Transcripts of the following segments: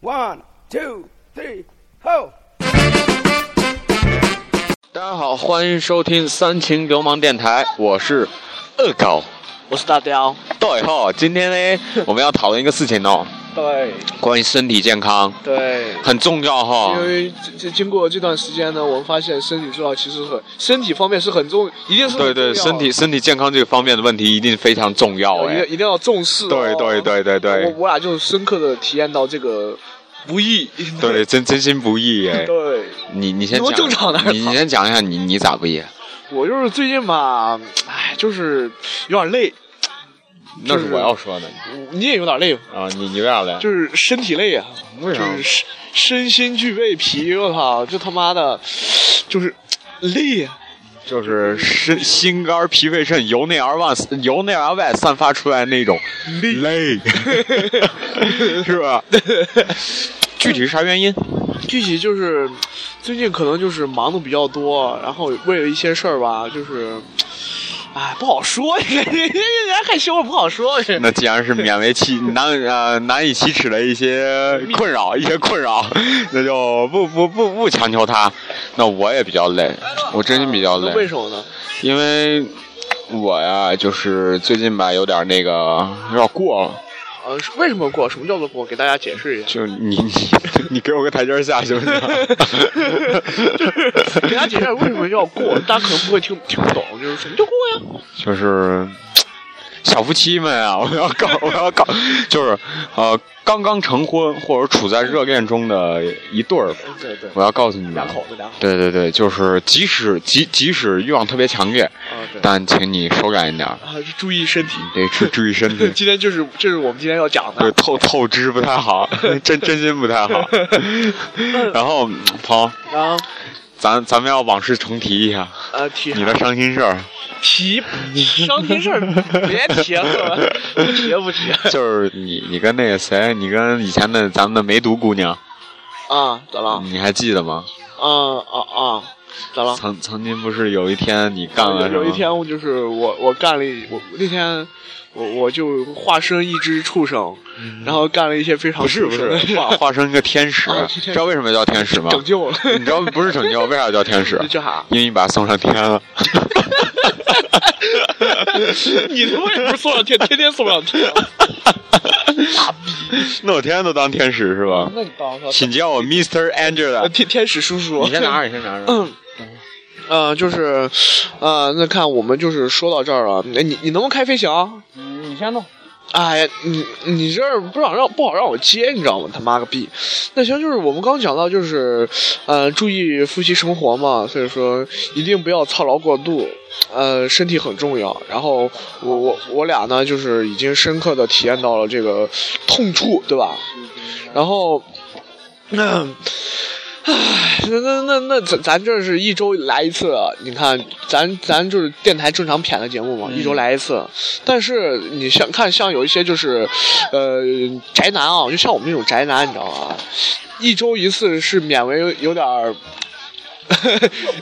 One, two, three, ho! 大家好，欢迎收听三秦流氓电台，我是恶搞。我是大雕。对吼，今天呢，我们要讨论一个事情哦，对关于身体健康对，很重要哈、因为这这经过这段时间呢，我们发现身体重要，其实很身体方面是很重，一定是对很重要对，的身体身体健康这个方面的问题一定非常重要一定哎。一定要重视、哦。对对对对我对我俩就深刻的体验到这个不易。对，真真心不易 哎。对，你你先怎么讲，正常的你你先讲一下你你咋不易？啊我就是最近吧，哎，就是有点累，那是我要说的你也有点累，啊，你你为啥嘞？就是身体累啊，为啥就是身身心俱备疲，我靠，这他妈的，就是累啊。就是身心肝脾肺肾由内而外由内而外散发出来那种累， 是吧？具体是啥原因？具体就是最近可能就是忙的比较多，然后为了一些事儿吧，就是，哎，不好说， 人家害羞，不好说。那既然是勉为其难 呃难以启齿的一些困扰，一些困扰， 那就不不不不强求他。那我也比较累，我真心比较那为累，什么呢？因为我呀，就是最近吧，有点那个有点过了。呃，是为什么过？什么叫做过？给大家解释一下。就你 你你给我个台阶下行不行？ 给大家解释一下为什么要过，大家可能不会听听不懂，就是什么叫过呀？就是小夫妻们啊，我要告 我要告，就是呃刚刚成婚或者处在热恋中的一对儿，嗯对对，我要告诉你们两，口子两口子。对对对，就是即使即即使欲望特别强烈，啊对。但请你收敛一点儿，啊，注意身体。。得注注意身体 今天就是这是我们今天要讲对的。，透透支不太好， 真真心不太 好。然后，嗯鹏，啊咱咱们要往事重提一下呃，提你的伤心事儿。提伤心事儿，别提了， 不提了不提 了。就是你，你跟那个谁，你跟以前的咱们的梅毒姑娘，啊，咋了？你还记得吗？啊啊啊！咋了？曾曾经不是有一天你干了什么？有有一天我就是我我干了一我那天我我就化身一只畜生，然后干了一些非常不是不畜生是 的化化身一个天使啊， 知道为什么叫天使吗？拯救了。你知道不是啊拯救，为啥叫天 使？这啥？因为你把他送上天了。 你他妈也不是送上 天，天天送上天。那我天天都当天使是吧？那你当上请叫我 Mr. Angela。呃天天使叔 叔。你先拿着，你先 拿着。 嗯，呃，就是，呃，那看我们就是说到这儿了，哎你你能不能开飞行？你先弄。哎呀，你你这儿不想让不好让我接，你知道吗？他妈个逼！那行，就是我们刚刚讲到，就是，呃，注意夫妻生活嘛，所以说一定不要操劳过度，呃，身体很重要。然后我我我俩呢，就是已经深刻的体验到了这个痛处，对吧？然后，那、唉，那那那那咱咱这是一周来一次，你看咱咱就是电台正常谝的节目嘛，一周来一次。但是你像看像有一些就是，呃，宅男啊，就像我们这种宅男，你知道吗？一周一次是勉为有点儿。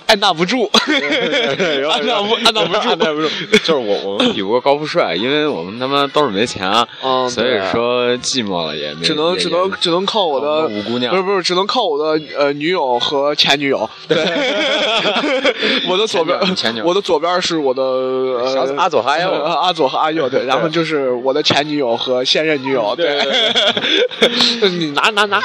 按捺 不住，按捺不按捺不住，按捺不住。 就是我，我们比不过高富帅，因为我们他妈兜里没钱啊，嗯所以对说寂寞了也没，只能也只能只能靠我我的们五姑娘不是不是，只能靠我的呃女友和前女 友。对， 我的左边前女友前女友我的左边是我的、小呃、阿左和阿右呃 阿左和阿右对，然后就是我的前女友和现任女友对。 你拿拿拿，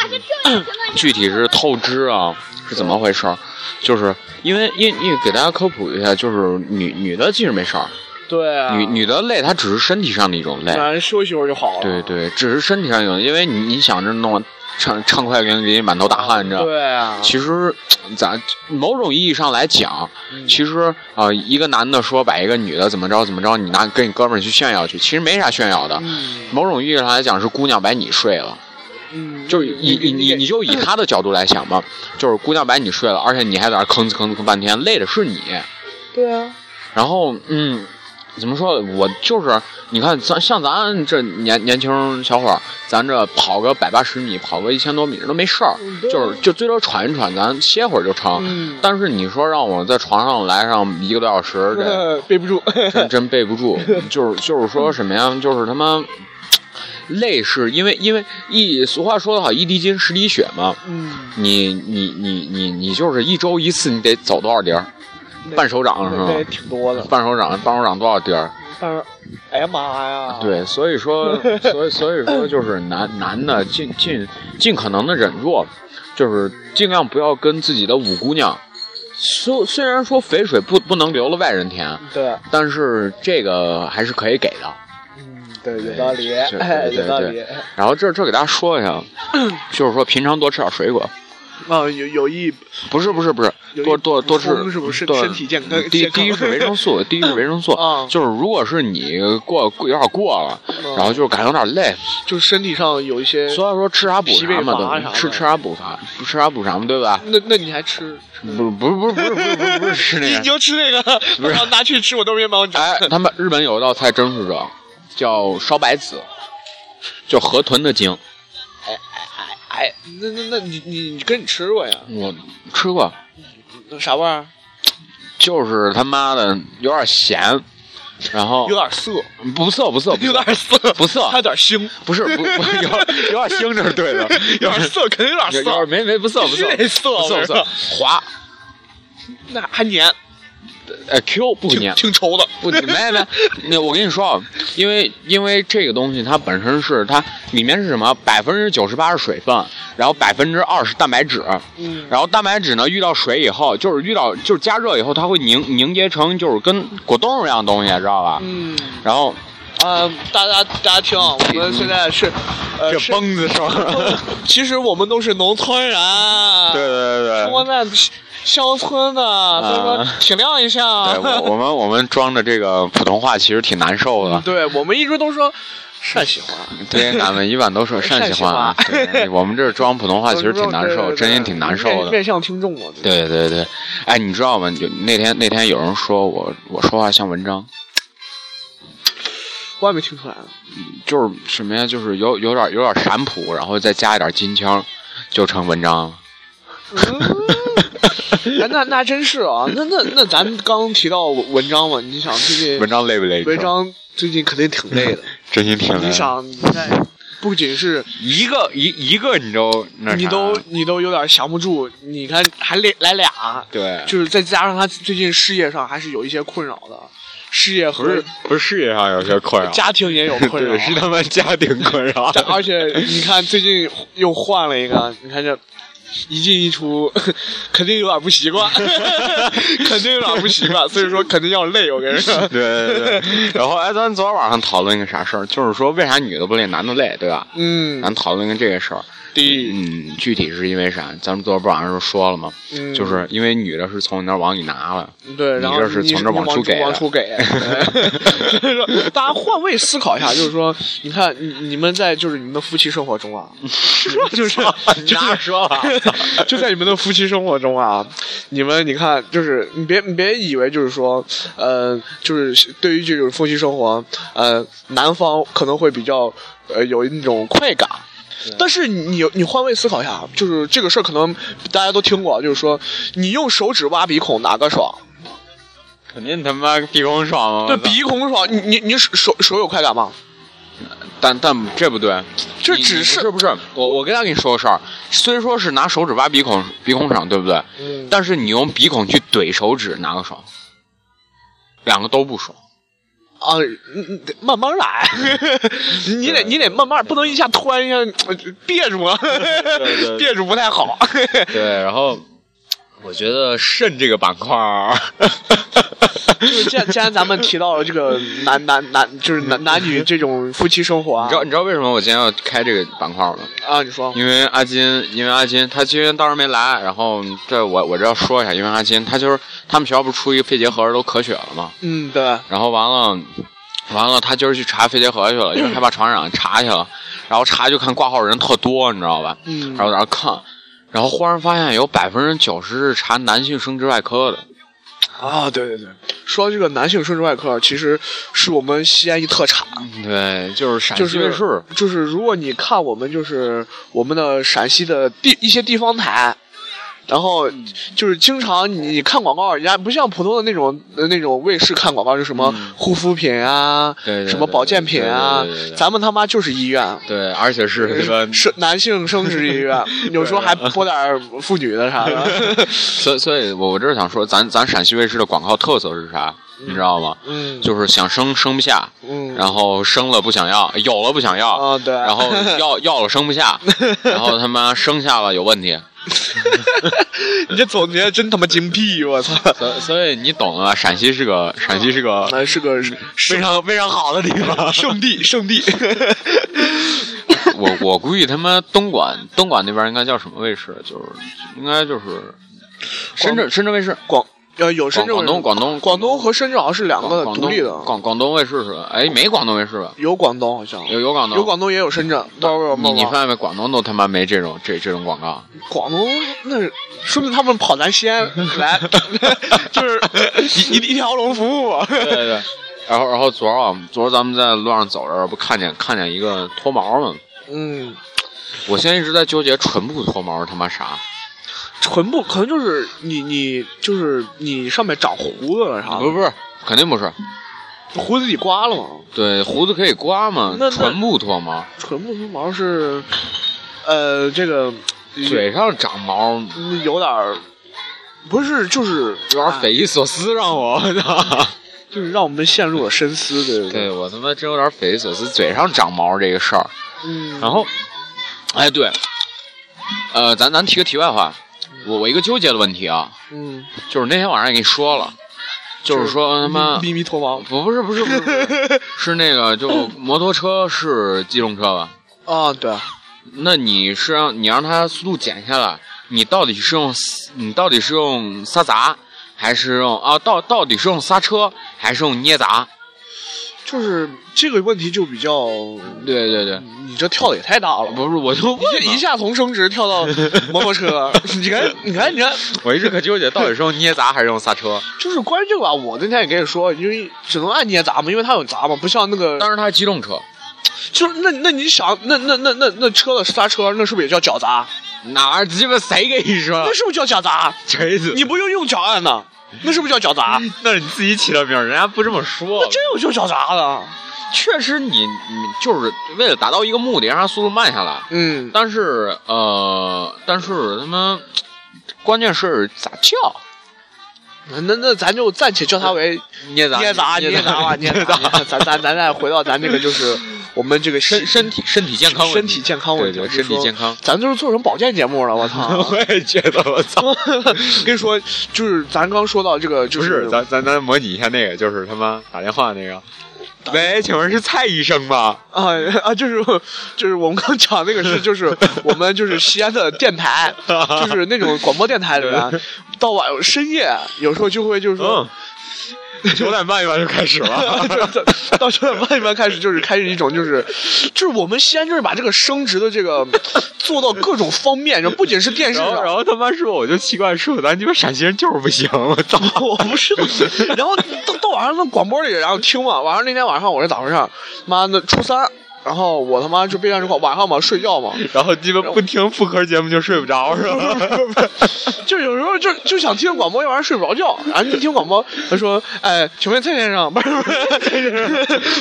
具体是透支啊，是怎么回事儿？就是因为因因为给大家科普一下，就是女女的其实没事儿，对啊，女女的累她只是身体上的一种累，咱休息一会儿就好了。哎对对，只是身体上有，因为你你想这弄畅畅快淋漓、满头大汗，你知道。对啊，其实，咱某种意义上来讲，嗯其实啊、呃一个男的说把一个女的怎么着怎么着，你拿跟你哥们儿去炫耀去，其实没啥炫耀的。嗯某种意义上来讲，是姑娘把你睡了。嗯，就是以你你你就以他的角度来想吧，就是姑娘把你睡了，而且你还在那儿吭哧吭哧吭半天，累的是你。对啊，然后嗯，怎么说？我就是你看，咱像咱这年年轻小伙儿，咱这跑个百八十米，跑个一千多米这都没事儿，就是就最多喘一喘，咱歇会儿就成。嗯但是你说让我在床上来上一个多小时， 这啊呃背 不住，真真背不住。就是就是说什么呀？就是他妈累是因为因为一俗话说得好，一滴筋十滴血嘛。嗯，你你你你你就是一周一次，你得走多少碟儿？半手掌是那也吗？挺多的，半手掌，半手掌多少碟儿？但是，哎呀妈呀，，对，所以说，所以所以说，就是男男的尽尽尽可能的忍弱，就是尽量不要跟自己的五姑娘。虽虽然说肥水不不能流了外人田，对，但是这个还是可以给的。嗯，对，有道理，哎对对对有道对理。然后这这给大家说一下，就是说平常多吃点水果，啊，有有益不是不是不是，有益多多多吃补充是不是对身体健康第一健康第一是维生 素，第一是维生素啊，就是如果是你过过有点过了，嗯然后就是感觉有点累，就是身体上有一些。所以说吃啥补疲惫啥嘛，乏对吧啥的吃吃啥补啥，不吃啥补啥嘛，对吧？那那你还吃？吃不是不是不是不是不是不是不是吃那嗯 你个。就吃那个，然后拿去吃，我都没帮你哎，他们日本有一道菜真是这，叫烧白子，就河豚的精，哎，那那那你你你跟你吃过呀？我吃过，那啥味儿？啊就是他妈的有点咸，然后有点涩，不涩不涩，不有涩点涩，不涩啊还有点腥，不是不不有有点腥这是对的，有 有点点涩，肯定有有点点涩，没没不涩不涩必须得涩不涩不我涩说滑，那还黏，呃 Q 不挺粘。挺稠的。不，没没，那我跟你说啊，因为因为这个东西它本身是它里面是什么，百分之九十八是水分，然后百分之二是蛋白质，嗯然后蛋白质呢遇到水以后，就是遇到就是加热以后，它会凝凝结成就是跟果冻一样的东西，知道吧？嗯然后啊，大家大家听啊，我们现在是呃嗯这是蹦子声，其实我们都是农村人， 啊对对对生活对。在乡村的，所以说体谅一下啊。对我我们我们装的这个普通话其实挺难受的， 对我们一直都说啊陕西话，对，俺们一般都说陕西话，陕西话对我们这装普通话其实挺难啊对对受，对真心挺难受面的。面向听众啊嘛， 对对对，哎，你知道吗？有那天那天有人说我我说话像文章，我也没听出来呢。就是什么呀？就是有有点有点闪普，然后再加一点金腔，就成文章了。哎，那那真是啊，那那那咱刚提到文章嘛，你想最近文章累不累？文章最近肯定挺累的，真心挺累的。你想你在不仅是一个一一个你都那啥你都你都有点降不住，你看还来来俩，对，就是再加上他最近事业上还是有一些困扰的，事业不和是不是事业上有些困扰，家庭也有 困扰对，是他妈家庭困 扰。但而且你看最近又换了一个，你看这一进一出，肯定有点不习惯， 肯定有点不习惯，所以说肯定要累。我跟你说，对对对， 然后哎，咱昨天晚上讨论一个啥事儿，就是说为啥女的不累，男的累，对吧？ 嗯，咱讨论个这个事儿，第一，嗯，具体是因为啥？咱们昨天晚上就说了嘛，嗯就是因为女的是从你那儿往里拿了，对，然后你这是从这你往出给的往 出给。所以说，大家换位思考一下，就是说，你看你你们在就是你们的夫妻生活中 啊，就是你哪说了？ 就在你们的夫妻生活中啊，你们你看，就是你别你别以为就是说，呃，就是对于这种夫妻生活，呃，男方可能会比较呃有那种快感。但是你你换位思考一下，就是这个事儿可能大家都听过，就是说你用手指挖鼻孔哪个爽？肯定他妈鼻孔爽啊！对，我操，鼻孔爽。你你你手手手有快感吗？但但这不对，这你只你是不是不是？我我跟他跟你说个事儿，虽说是拿手指挖鼻孔，鼻孔爽，对不对？嗯但是你用鼻孔去怼手指，哪个爽？两个都不爽。啊，你你得慢慢来， 你得你得慢慢，不能一下突然一下呃憋住啊， 对憋住不太好。啊对，然后我觉得肾这个板块儿，就是既然既然咱们提到了这个男男男，就是男男女这种夫妻生活 啊你知，道你知道为什么我今天要开这个板块吗？啊，你说，因为阿金，因为阿金他今天当时没来，然后这我我这要说一下，因为阿金他就是他们学校不是出一个肺结核都咳血了吗？嗯，对，然后完了，完了他今儿去查肺结核去了，因为害怕传染，查去了，然后查就看挂号人特多，你知道吧？嗯然后在那看，然后忽然发现有百分之九十是查男性生殖外科的，啊，对对对，说到这个男性生殖外科，其实是我们西安一特产。对，就是陕就是西卫视，就是如果你看我们就是我们的陕西的地一些地方台，然后嗯就是经常你你看广告，人家不像普通的那种呃那种卫视看广告，就什么嗯护肤品啊，对对对什么保健品啊对对对对，对咱们他妈就是医院。对，而且是这个是男性生殖医 院，有时候还播点儿妇女的啥的。所以，所以我我这是想说，咱咱陕西卫视的广告特色是啥？你知道吗？嗯，就是想生生不下，嗯然后生了不想要，有了不想要，啊对然后要要了生不 下，然后他妈生下了有问题，你这总结真他妈精辟，我 操！所所以你懂了吧？陕西是个陕西是个哦那哎是嗯个非常非常好的地方。圣地，圣地。 我我估计他妈东莞东莞那边应该叫什么卫视？就是应该就是深圳深圳卫视。广呃有深圳广东广东广东和深圳好像是两个广独东立的，广广东卫视是吧？哎，没广东卫视吧？有广东好像有有广东有广东也有深圳，不不你不你不，发现没？广东都他妈没这种这这种广告，广东那是说明他们跑咱西安 来，就是一一一条龙服务啊。 对对。 然后然后昨儿啊，昨儿咱们在路上走着，不看见看见一个脱毛吗？ 嗯，我现在一直在纠结唇部脱毛是他妈啥？唇部可能就是你你就是你上面长胡子了啥不是不的，是，肯定不是。胡子你刮了吗？对，胡子可以刮嘛那那，唇部脱毛，唇部脱毛是，呃，这个嘴上长毛，有嗯有点儿不是就是点匪夷所思，让我。就是让我们陷入了深思，对不 对？我他妈真有点匪夷所思，嘴上长毛这个事儿。嗯，然后，哎对，呃，咱咱提个题外话，我我一个纠结的问题啊，嗯，就是那天晚上也跟你说了，就是说他妈咪咪 脱毛不不是不是不是不是是那个就摩托车是机动车吧？啊，对，那你是让你让它速度减下来，你到底是用你到底是用撒闸，还是用啊到到底是用刹车，还是用捏闸？就是这个问题就比较，对对对，你这跳的也太大了，不是我就问一嘛，下从升职 跳到摩托车，你看，你看，你看，我一直可纠结到底是用捏闸还是用刹车。就是关于这个吧，我那天也跟你说，因为只能按捏闸嘛，因为它有闸嘛，不像那个，当时它是机动车，就是那那你想，那那那那那车的刹车，那是不是也叫脚闸？哪儿鸡巴谁给你说那是不是叫脚闸？锤子你不用用脚按呢，那是不是叫脚闸？那是你自己起的名儿，人家不这么说真有叫脚闸的，确实你，你就是为了达到一个目的，让它速度慢下来。嗯，但是呃，但是他妈关键是咋叫？嗯那那咱就暂且叫它为捏砸捏砸捏捏砸吧，捏砸吧，咱咱咱再回到咱这个就是我们这 个身身体身体健康问题身体健康问题，对对就是身说体健康。咱就是做成保健节目了，我操！也觉得， 我 操！ 跟你说，就是咱刚说到这个，就不是，咱咱咱模拟一下那个，就是他妈打电话那个。喂，请问是蔡医生吗？啊啊，就是就是我们刚讲那个是，就是我们就是西安的电台，就是那种广播电台里面，到晚深夜有时候就会就是说嗯，九点半一般就开始了。 到到九点半一般开始，就是开始一种就是，就是我们西安就是把这个升职的这个做到各种方面，然后不仅是电视然后，然上。后他妈说，我就奇怪，说咱鸡巴陕西人就是不行，我操！ 我不是，然后到到晚上那广播里，然后听嘛。晚上那天晚上我是咋回事儿？妈的，初三，然后我他妈就被让这块晚上嘛睡觉嘛，然后鸡巴不听妇科节目就睡不着，是吧？ 就有时候就就想听广播，要不然睡不着觉。然后一听广播，他说：“哎，请问蔡先生，不是不是蔡先生，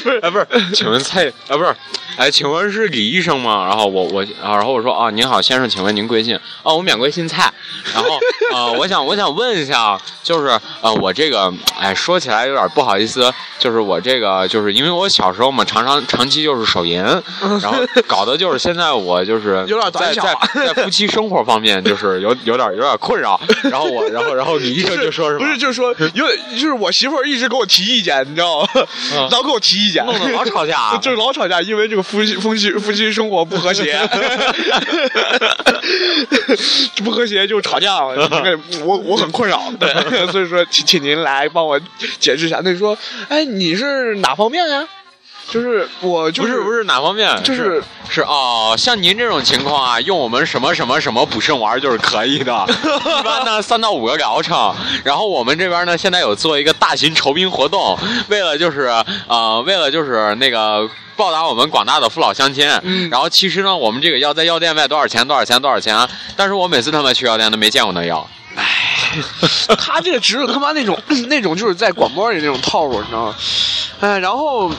不是哎，不是，请问蔡啊，不是，哎，请问是李医生吗？然后我我啊，然后我说啊，您好，先生，请问您贵姓？哦，我免贵姓蔡。然后啊，我想我想问一下，就是啊，我这个哎，说起来有点不好意思，就是我这个就是因为我小时候嘛，常常长期就是手 淫，然后搞得就是现在我就是有点在胆小在 在夫妻生活方面就是有有点有点困扰。然后我然后然后李医生就说什么不是，就 是说有点，就是我媳妇儿一直给我提意见，你知道吗？老给我提意见，嗯弄得老吵架啊 就是老吵架，因为这个夫妻夫妻夫妻生活不和谐， 不和谐就吵架嗯了。这个我我很困扰，对， 所以说请请您来帮我解释一下。那你说，哎，你是哪方面呀、就是我就不是不是哪方面，就是 是是哦，像您这种情况啊，用我们什么什么什么补肾丸就是可以 的。一般呢三到五个疗程，然后我们这边呢现在有做一个大型酬宾活动，为了就是呃为了就是那个。报答我们广大的父老乡亲，嗯然后其实呢，我们这个药在药店卖多少钱？多少钱？多少钱？但是我每次他妈去药店都没见过那药，他这个只有他妈那种那种就是在广播里那种套路，你知道吗？哎，然后，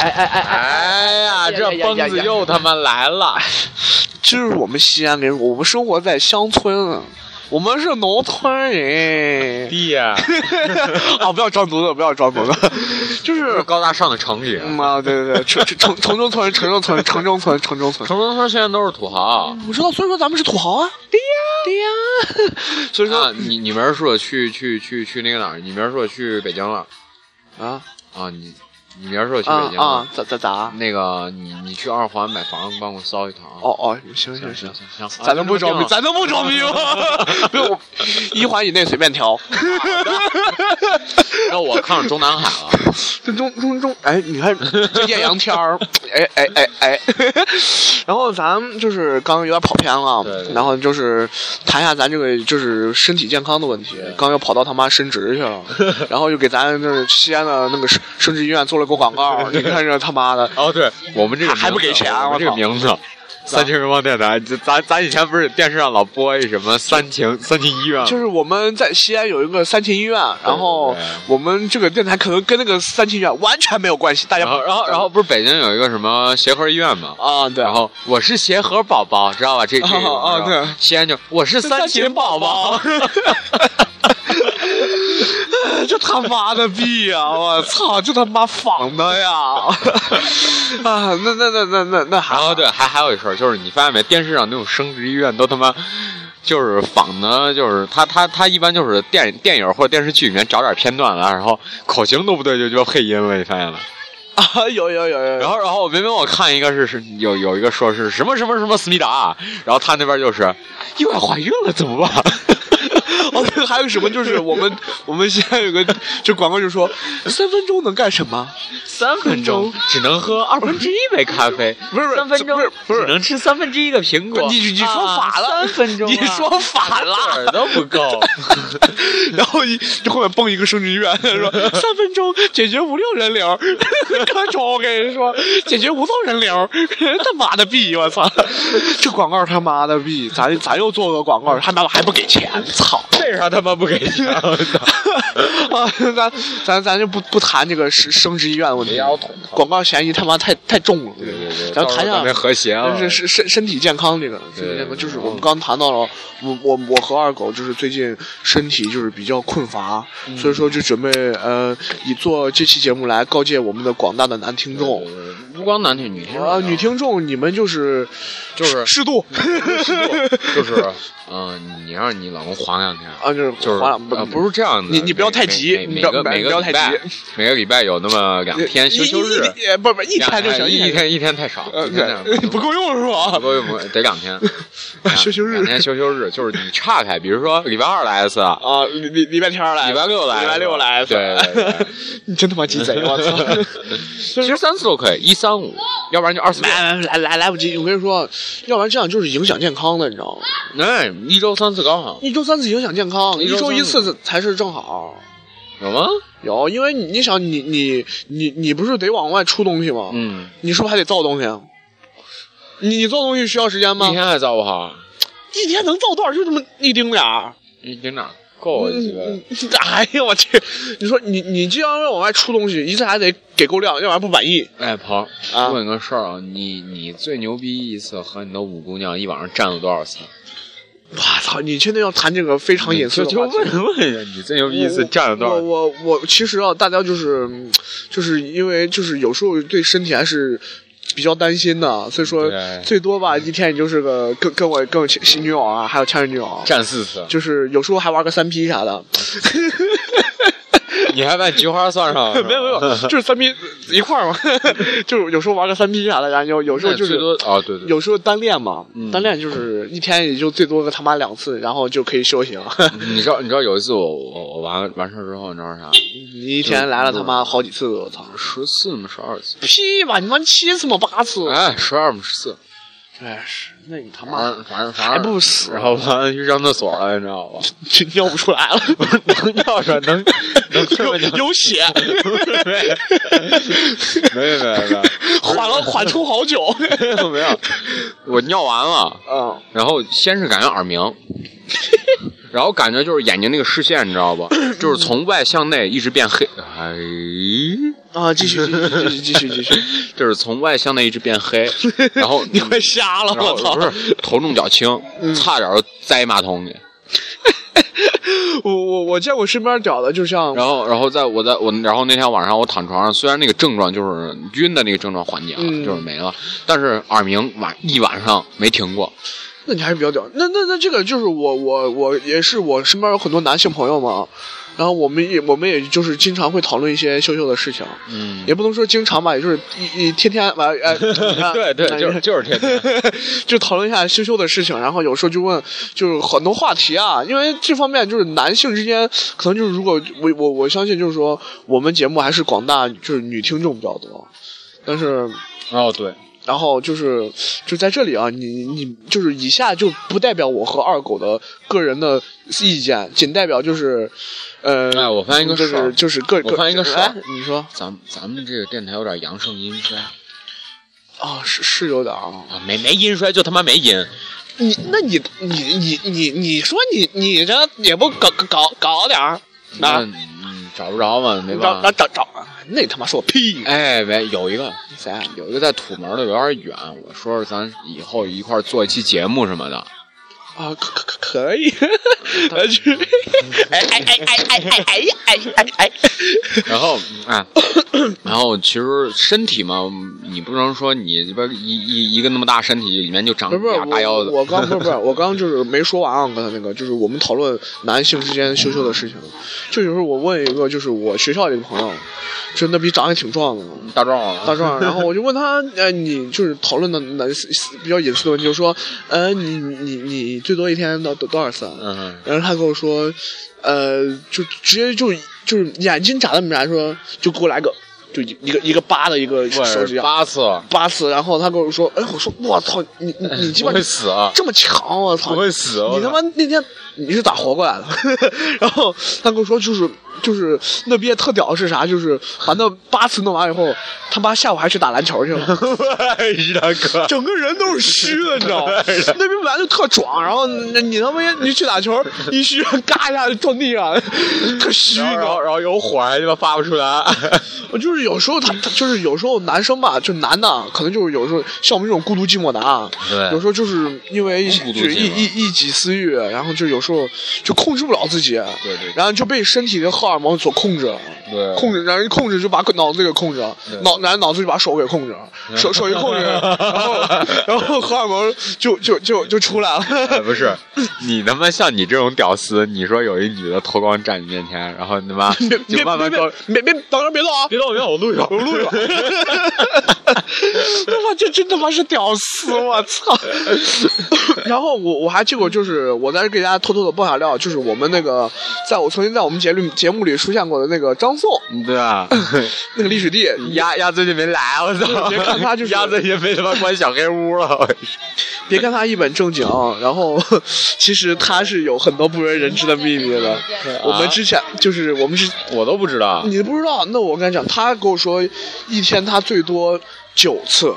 哎哎哎哎，哎呀，这疯子又他妈来 了！就是我们西安人，我们生活在乡村啊，我们是农村人。弟呀， 啊，不要装犊子，不要装犊子，就是。高大上的城里，嗯啊，对对对， 城城城中村，城中村，城中村，城中村。城中村现在都是土豪。啊我知道，所以说咱们是土豪啊。对呀，对呀。所以啊说，你你明儿说去去去去那个哪儿？你明儿说去北京了啊啊？你你明儿说去北啊京了？啊，咋咋咋？那个你你去二环买房，帮我捎一趟啊！哦哦，行行行行。啊行行，咱能不装逼？咱咱能不装逼吗？不用，一环以内随便 挑。那我看上中南海了。 这中中中，哎，你 看这艳阳天儿，哎哎哎哎。 然后咱们就是刚刚有点跑偏了，对对然后就是谈一下咱这个就是身体健康的问题。刚又跑到他妈升职 去了，然后又给咱这西安的那个升升职医院做了个广告， 你看这他妈的。哦，对，我们这个还还不名字给钱啊我们这个我操名字。三秦人帮电台，就咱咱以前不是电视上老播一什么三秦三秦医院吗，就是我们在西安有一个三秦医院，然后嗯对对我们这个电台可能跟那个三秦医院完全没有关系，大家然不后然后然后不是北京有一个什么协和医院吗？啊，对，然后我是协和宝宝，知道吧？这这哦哦个是吧对西安就我是三秦宝宝， 这他妈的逼呀、我啊操，这他妈仿的呀！啊，那那那那那那还然后对，还还有一事儿，就是你发现没，电视上那种生殖医院都他妈就是仿的，就是他他他一般就是电电影或者电视剧里面找点片段来，然后口型都不对就就配音了，你发现了？啊，有有有有然 有，后然后明明我看一个是是有有一个说是什么什么什么思密达，然后他那边就是意外怀孕了怎么办？哦，对，还有什么就是我们我们现在有个就广告就说三分钟能干什么？三分钟只能喝二分之一杯咖啡，不是不是三分钟不是不是只能吃三分之一个苹果。你你说反了啊三分钟啊，你说反了 哪儿都不够。然后一就后面蹦一个生殖医院 说三分钟解决五六人流儿， 可丑！我跟你说，解决五六人流儿，他妈的逼！我操， 这广告他妈的逼！咱咱又做个广告，他妈还不给钱，操！为啥他妈不给钱？啊，咱咱咱就不不谈这个生生殖医院的问题也要捅，广告嫌疑他妈太太重了。对对对，咱谈一下那和谐啊，但是是身身体健康这个，身体健康就是我们刚谈到了，我我我和二狗就是最近身体就是比较困乏，所以说就准备呃以做这期节目来告诫我们的广大的男听众不光男听女听啊、女听众你们就是就是适度 就是嗯，你让你老公缓两天。啊，就是就是完了呃不是这样的，你你不要每太急每你每不要个不要每不个要礼太拜急，每个礼拜有那么两天休休日，一一一不不一天就行，一一一天一天太少，呃一天太对少不够用是吧不？够用得两天， 休休两日天休休日就是你岔开，比如说礼拜二来一次，礼啊，礼礼礼拜天儿来，拜六来一次，礼拜六来一次，对对 对，你真他妈 鸡贼，我操！其实三次都可以，一三五，要不然就二四六，来来来来不及，我跟你说，要不然这样就是影响健康的，你知道吗？哎，一周三次刚好，一周三次影响健康，一一周三周次一次才是正好。有吗？有，因为你你想你你你你不是得往外出东西吗？嗯，你是不是还得造东西？啊你你造东西需要时间吗一？天还造不好，一天能造多少？就这么一丁点儿。一丁点儿够了鸡巴，嗯，嗯哎呀我去！你说你你既然要往外出东西，一次还得给够量，要不然不满意。哎，鹏，啊问个事儿啊，你你最牛逼一次和你的五姑娘一晚上站了多少次？我操！你现在要谈这个非常隐私嗯就的就话题。问问一下，你最牛逼一次站了多少我次？我我其实啊，大家就是嗯就是因为就是有时候对身体还是。比较担心的，所以说对最多吧，一天也就是个跟跟我跟我前前女友啊，还有前任女友啊，站四次。 就是有时候还玩个三 P 啥的。你还把菊花算上啊了？ 没有没有，就是三 P 一块 儿嘛，就是有时候玩个三 P 啥的，然后有有时候那就是最多啊，对对，有时候单练嘛，嗯单练就是一天也就最多个他妈两次，然后就可以休息了。你知道，你知道有一次我我我完完事儿之后，你知道是啥？你一天来了他妈好几次，我操！十四嘛，十二次，屁吧，你妈七次吗？八次？哎，十二嘛，十四，哎，是，那你他反妈正反正反还正不死，然后完了去上厕所了，你知道吧？就尿不出来了， 能尿出来，能能这 有么尿？ 有血， 没有没有没有 缓了缓冲好久。没有没有， 我尿完了，嗯，然后先是感觉耳 鸣，然后感觉就是眼睛那个视线，你知 道吧？就是从外向内一直变黑，哎，啊，继续继续继续继续继续，就是从外向内一直变黑，然后 你嗯快瞎了，然后我操！不是头重脚轻，差点儿栽马桶里。 我我我见过身边屌的，就像然后，然后在我在我，然后那天晚上我躺床上，虽然那个症状就是晕的那个症状缓解了，嗯就是没了，但是耳鸣晚一晚上没停过。那你还是比较屌。那那那这个就是我我我也是我身边有很多男性朋友嘛，然后我们也我们也就是经常会讨论一些羞羞的事情，嗯，也不能说经常吧，也就是一一天天完 哎，你看对对，哎就是就是天天。 就讨论一下羞羞的事情，然后有时候就问，就是很多话题啊，因为这方面就是男性之间，可能就是如果我我我相信就是说我们节目还是广大就是女听众比较多，但是哦，对，然后就是就在这里啊，你你就是以下就不代表我和二狗的个人的意见，仅代表就是，呃，哎我发现一个就事儿是就是个我发现一个事儿哎你说咱们咱们这个电台有点阳盛阴衰啊，啊，是是有点啊，没没阴衰就他妈没阴。嗯你那你你你你你说你你这也不搞搞搞点儿，那那嗯找不着嘛，没办找找法。找找，哎那他妈说我屁哎，没有一个谁啊？有一个在土门的有点远，我说说咱以后一块儿做一期节目什么的。啊，可可可 可以，哎去哎哎哎哎哎哎哎呀哎哎哎，然后 啊，然后其实身体嘛，你不能说你这边一一一个那么大身体里面就长不是不是俩大腰我子。我刚不是不是我刚就是没说完啊，刚才那个就是我们讨论男性之间羞羞的事情，就有时候我问一个就是我学校的一个朋友，就那逼长得挺壮的， 大壮啊，大壮，然后我就问他，呃，你就是讨论的男比较隐私的问题，就说，呃，你你你最多一天到多多少次啊？ 嗯，然后他跟我说，呃，就直接就就是眼睛眨都没眨，说就给我来个就一一个一个八的一个手指我样八 次，八次，然后他跟我说，哎，我说我操，你 你你鸡巴我会死啊，这么强，我操我！会死啊，你他妈那天你是咋活过来的？ 然后他跟我说，就是就是那憋特屌是啥？就是把那八次弄完以后，他妈下午还去打篮球去了，一大哎 哥，整个人都是虚的，你知道吗？那边本来就特壮，然后你你他妈你去打球，一虚嘎一下就撞地上，特虚，你知然道后吗？然后有火还他妈发不出 来，我就是有时候他他就是有时候男生吧，就男的可能就是有时候像我们这种孤独寂寞男啊，对有时候就是因为一孤独寂寞就是一一一己私欲，然后就有时候就控制不了自己，对对对然后就被身体的荷尔蒙所控制了。对控制，然后一控制就把脑子给控制了，脑然后脑子就把手给控制了，手手一控制，然后然后荷尔蒙就就就就出来 了。哎不是，你他妈像你这种屌丝，你说有一女的脱光站你面前，然后你他妈别就别慢慢别别高，别别，等着别动啊！别动别动，我录一个，我录一 个，他妈这真他妈是屌丝，我操！ 然后我我还记过，就是我在这给大家偷偷的爆下料，就是我们那个，在我曾经在我们节目节目里出现过的那个张颂， 对啊吧？那个历史帝，丫丫最近没来，我操！别看他就是丫最近被他妈关小黑屋了。别看他一本正经，啊然后 其实他是有很多不为人知的秘密的。我们之前就是我们是，我都不知道，你不知道，那我跟你讲，他跟我说一天他最多九次，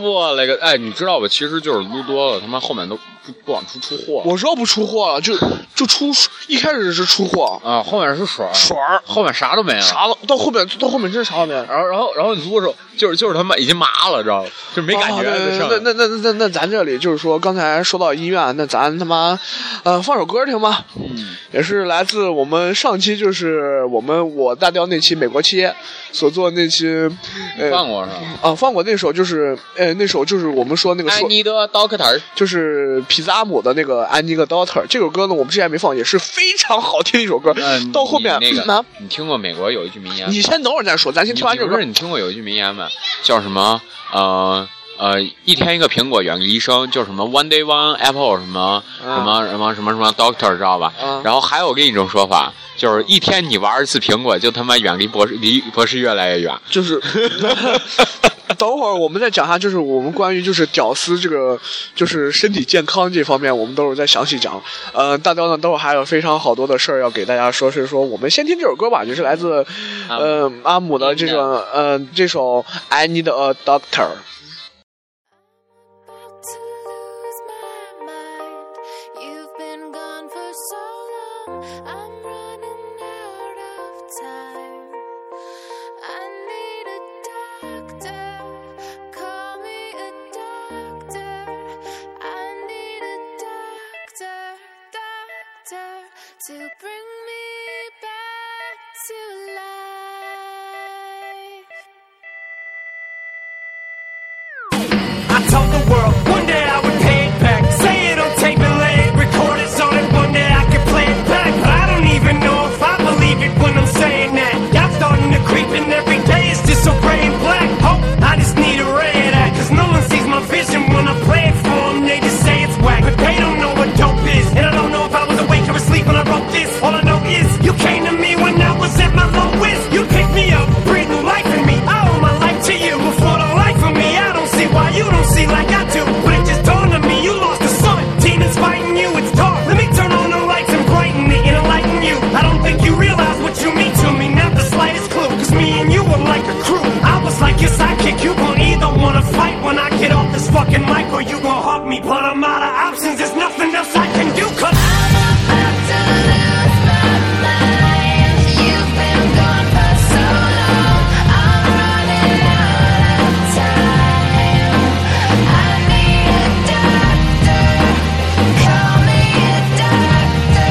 我勒个哎！你知道吧？其实就是撸多了，他妈后面都不不往出出货我说不出货了，就就出一开始是出货，啊，后面是水儿水儿后面啥都没了。啥了，到后面到后面真啥都没了。然后然后然后你撸的时候，就是就是他妈已经麻了，知道吗？就没感觉啊这事儿。那那那那那那咱这里就是说，刚才说到医院，那咱他妈，呃，放首歌听吧。嗯也是来自我们上期，就是我们我大雕那期美国期所做那期，你呃放过是吧？啊放过那首就是，呃那首就是我们说那个爱说你的刀客台就是皮扎姆的那个《I Need a Daughter》这首歌呢，我们之前没放，也是非常好听的一首歌那你。到后面那啊个，，你听过美国有一句名言吗？你先等会儿再说，咱先听完这首不歌是。你听过有一句名言吗？叫什么？呃呃，一天一个苹果，远离医生，叫什么？One day one apple，什么、啊什么什么什么什么 doctor，知道吧？啊然后还有另一种说法，就是一天你玩一次苹果，就他妈远离博士，离博士越来越远。就是等会儿我们再讲一下，就是我们关于就是屌丝这个就是身体健康这方面，我们等会儿再详细讲。呃，大雕呢，等会儿还有非常好多的事儿要给大家说，所以说我们先听这首歌吧，就是来自呃阿姆的这首呃这首 I Need a Doctor。 about to lose my mind. You've been gone for so long, I'm running out of time. I need a doctor, call me a doctor. I need a doctor, doctor, to bring me back to life. I told the world one day I would pay it back. Say it on tape and let it record it so that one day I could play it back. But I don't even know if I believe it when I'm saying that. Y'all starting to creep and every day it's just so gray and black. Hope I just need a ray of that. Cause no one sees my vision when I play it for 'em. They just say it's whack. But they don't know what dope is. And I don't know if I was awake or asleep when I wrote this. All I know is you came to me when I was at my lowest. You picked me up, breathe new life in me. I owe my life to you before the life of me. I don't see why you don't see like I do. But it just dawned on me, you lost the sun. Demons fighting you, it's dark. Let me turn on the lights and brighten it and enlighten you. I don't think you realize what you mean to me, not the slightest clue. Cause me and you were like a crew. I was like your sidekick, you gon' either wanna fight when I get off this fucking mic or you gon' hug me. But I'm out of options, there's nothing else I can do. Cause You've been gone for so long. I'm running out of time. I need a doctor. Call me a doctor.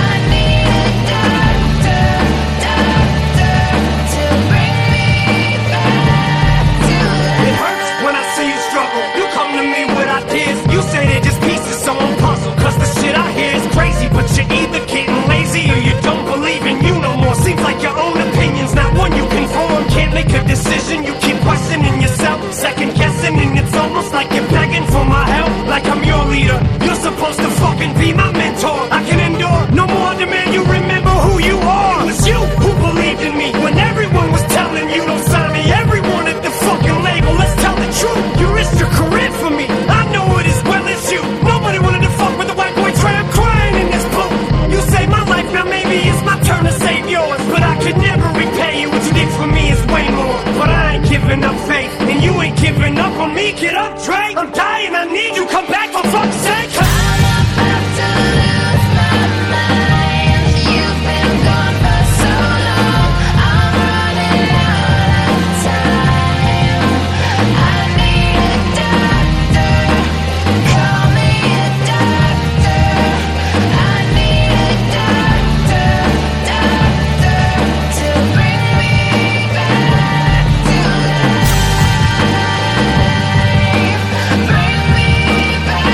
I need a doctor, doctor, to bring me back to life. It hurts when I see you struggle. You come to me with ideas. You say they're just pieces, so I'm puzzled. Cause the shit I hear is crazy. But you're either getting lazy or you don't believe in you no more. Seems like your own opinion's not one you can form. Can't make a decision. You keep questioning yourself, second guessing. And it's almost like you're begging for my help. Like I'm your leader. You're supposed to fucking be my mentor. I can endure no more demand you remember who you are. It was you who believed in me when everyone was telling you don't sign me. Everyone at the fucking label, let's tell the truth. You risked your career for me. I know it as well as you. Nobody wanted to fuck with the white boy trap crying in this boat. You saved my life, now maybe it's my turn to save yours. But I could never repay you. What you did for me is way more. But I ain't giving up faith, and you ain't giving up on me. Get up, Dre. I'm dying, I need you. Come back for fuck's sake. You've been gone for so long. I'm running out of time. I need a doctor. Call me a doctor. I need a doctor, doctor, to bring me back to life. Bring me back to life. Bring me back to life. I need a doctor.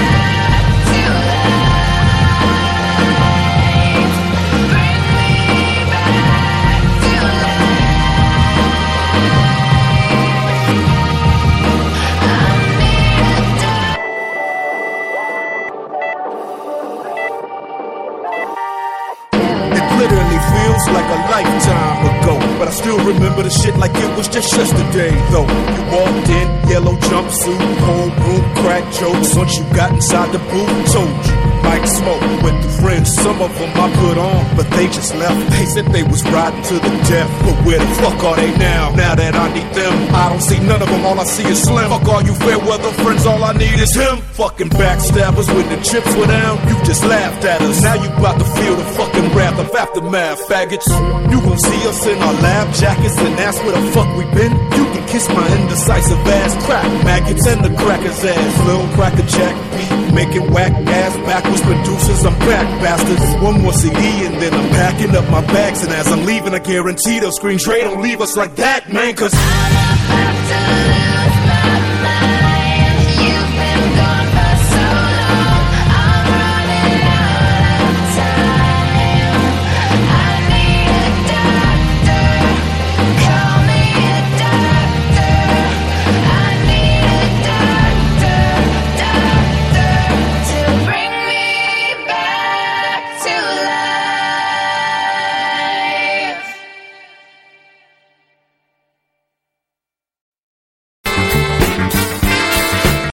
It literally feels like a lifetime ago. But I still remember the shit like it was just yesterday, though. You walked in, yellow jumpsuit, homebrew, crack jokes. Once you got inside the booth, told you. Mike smoke with the friends, some of them I put on, but they just left. They said they was riding to the death, but where the fuck are they now? Now that I need them, I don't see none of them, all I see is slim. Fuck all you fair weather friends, all I need is him. Fucking backstabbers when the chips were down, you just laughed at us. Now you about to feel the fucking wrath of aftermath, faggots. You gon' see us in our lab jackets and ask where the fuck we been. You can kiss my indecisive ass, crack maggots and the crackers ass. Little cracker jack beat, making whack ass backwards producers. I'm back, bastards. One more CD and then I'm packing up my bags. And as I'm leaving, I guarantee they'll screen trade. Don't leave us like that, man, cause. You've been gone for so long.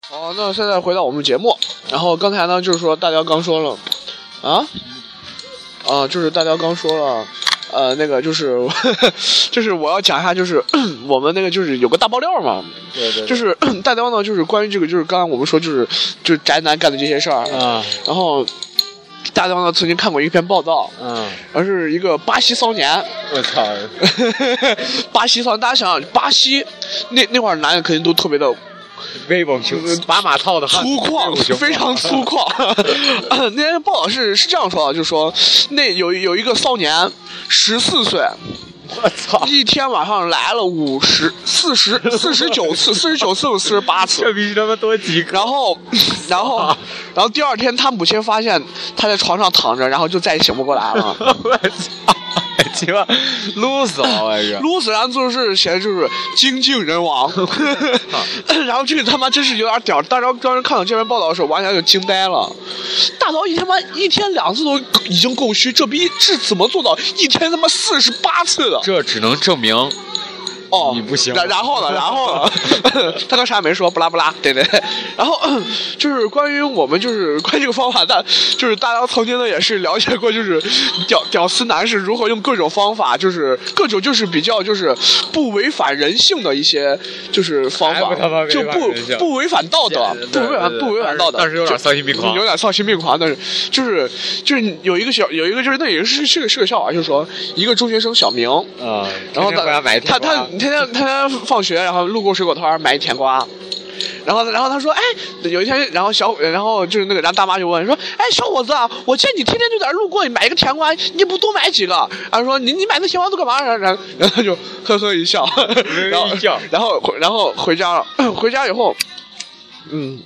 好，那现在回到我们节目，然后刚才呢，就是说大雕刚说了，啊，啊，就是大雕刚说了，呃，那个就是 就是我要讲一下，就是 我们那个就是有个大爆料嘛，对对就是 大雕呢，就是关于这个，就是刚刚我们说就是就是宅男干的这些事儿，啊然后大雕呢曾经看过一篇报道，嗯，而是一个巴西骚年， 我操，巴西骚，大家想想，巴西那那块儿男人肯定都特别的威风球，嗯把马套的粗犷，非常粗犷。 呃那天报道是是这样说的，就说那有有一个少年，十四岁，我操，一天晚上来了五十、四十、四十九次、四十九次、四十 八次。必须他妈多几个，然后，然后，啊然后第二天，他母亲发现他在床上躺着，然后就再也醒不过来了。我 操，哎鸡巴撸死哎我我是，撸死然就是显然就是精尽人亡， 然后这个他妈真是有点屌。大钊当时看到这篇报道的时候，完全就惊呆了。大钊一天妈一天两次都已经够虚，这逼是怎么做到一天他妈四十八次的？这只能证明哦，你不行然然后呢？然后呢？ 他刚啥也没说，不拉不拉，对对。然后就是关于我们就是关于这个方法，但就是大家曾经呢也是了解过，就是屌屌丝男是如何用各种方法，就是各种就是比较就是不违反人性的一些就是方还法不他妈，违就反不人性不违反道德，不对违对反对不违反道德。但是有点就丧心病狂有点丧心病狂，但是就是就是有一个小有一个就是那也是是个是个笑话，就是说一个中学生小明。啊，然后天天回他家买他甜瓜他天天他天放学，然后路过水果摊儿买甜瓜，然后然后他说，哎，有一天，然后小然后就是那个，然后大妈就问说，哎，小伙子啊，我见你天天就在这儿路过，你买一个甜瓜，你不多买几个？然后说你你买那甜瓜都干嘛？然后然后然后他就呵呵一笑，然后一笑然后回然后回家了， 回家以后，嗯。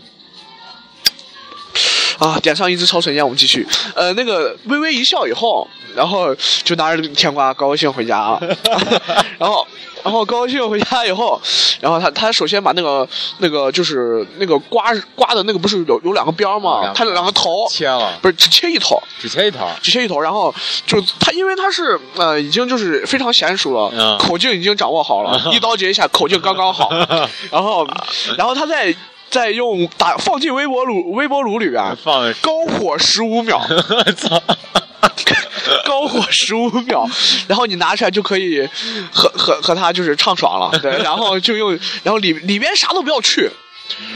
啊，点上一支超纯烟，我们继续。呃，那个微微一笑以后，然后就拿着甜瓜高高兴回家啊， 然后。然后高高兴回家以后，然后他他首先把那个那个就是那个瓜瓜的那个不是有有两个边儿吗？哦两个他两个头切了，不是只切一头，只切一头，只切一头，然后就他因为他是呃已经就是非常娴熟了，嗯口径已经掌握好了，一刀截一下口径刚刚好，然后然后他再再用打放进微波炉微波炉里边，放， 高火十五秒，我操，高火十五秒，然后你拿出来就可以和和和他就是畅爽了，对，然后就用，然后里里边啥都不要去，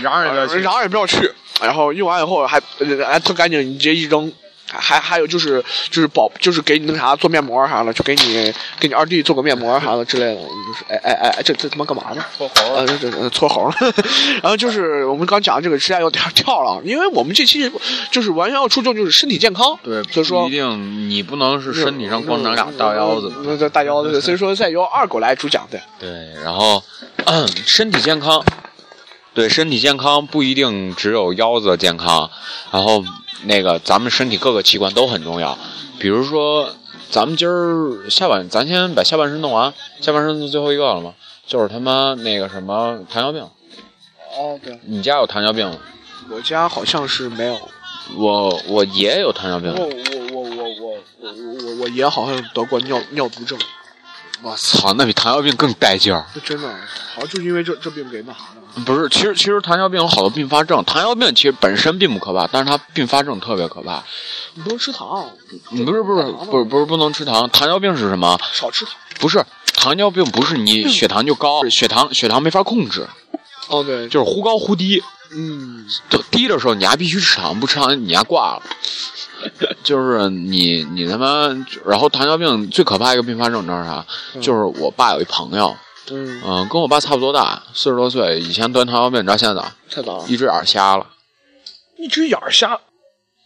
然后人家去然后也不要去，然后用完以后还呃还特干净，你直接一扔。还还有就是就是保就是给你那个啥做面膜啥的，就给你给你二弟做个面膜啥的之类的，你就是哎哎哎哎，这这他妈干嘛呢？脱猴呃，这这搓猴儿，然后就是我们刚讲这个指甲有点儿跳了，因为我们这期就是完全要注重就是身体健康，对，所以说嗯不一定你不能是身体上光长俩大腰子，那这大腰子，所以说再由二狗来主讲对，对，然后 身体健康，对身体健康不一定只有腰子健康，然后那个咱们身体各个器官都很重要，比如说咱们今儿下半，咱先把下半身弄完，下半身是最后一个了吗？就是他妈那个什么糖尿病，哦对，你家有糖尿病吗？我家好像是没有，我我爷有糖尿我我病，我我我我我我爷好像得过尿尿毒症，我操，那比糖尿病更带劲儿。真的，好像就因为这这病给那啥的，不是，其实其实糖尿病有好多并发症，糖尿病其实本身并不可怕，但是它并发症特别可怕。你不能吃糖，不是不是不是不是不能吃糖，糖尿病是什么？少吃糖。不是糖尿病，不是你血糖就高，是血糖血糖没法控制，哦对，就是忽高忽低。嗯，就低的时候你还必须吃糖，不吃糖你还挂了。 就是你你他妈，然后糖尿病最可怕一个并发症，你知道是啥？就是我爸有一朋友，嗯，嗯、跟我爸差不多大，四十多岁，以前得糖尿病，你知道现在咋？太早了，一只眼瞎了。一只眼儿瞎，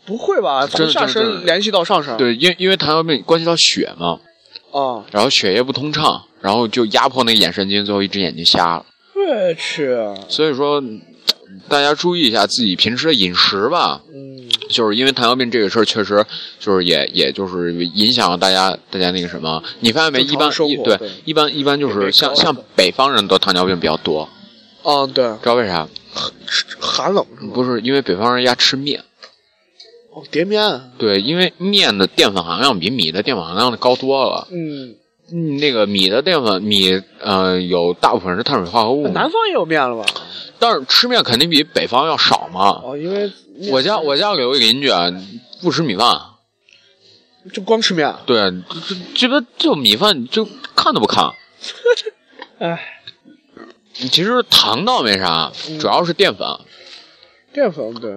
不会吧？真从的下真的真身的联系到上身，对，因因为糖尿病关系到血嘛，啊，然后血液不通畅，然后就压迫那个眼神经，最后一只眼睛瞎了。我去，啊所以说，嗯大家注意一下自己平时的饮食吧，嗯，就是因为糖尿病这个事儿，确实就是也也就是影响了大家大家那个什么，你发现没？正常一般生活一对对一般一般就也没是像高像北方人得糖尿病比较多，啊对，知道为啥？寒冷是吗？不是因为北方人家吃面，哦，叠面，对，因为面的淀粉含量比米的淀粉含量高多了。嗯，嗯那个米的淀粉，米呃有大部分是碳水化合物嘛，南方也有面了吧？但是吃面肯定比北方要少嘛。哦，因为我家我家里有一邻居啊，不吃米饭，就光吃面，对，啊这这这米饭就看都不看。 哎，嗯其实糖倒没啥，主要是淀粉。淀粉对，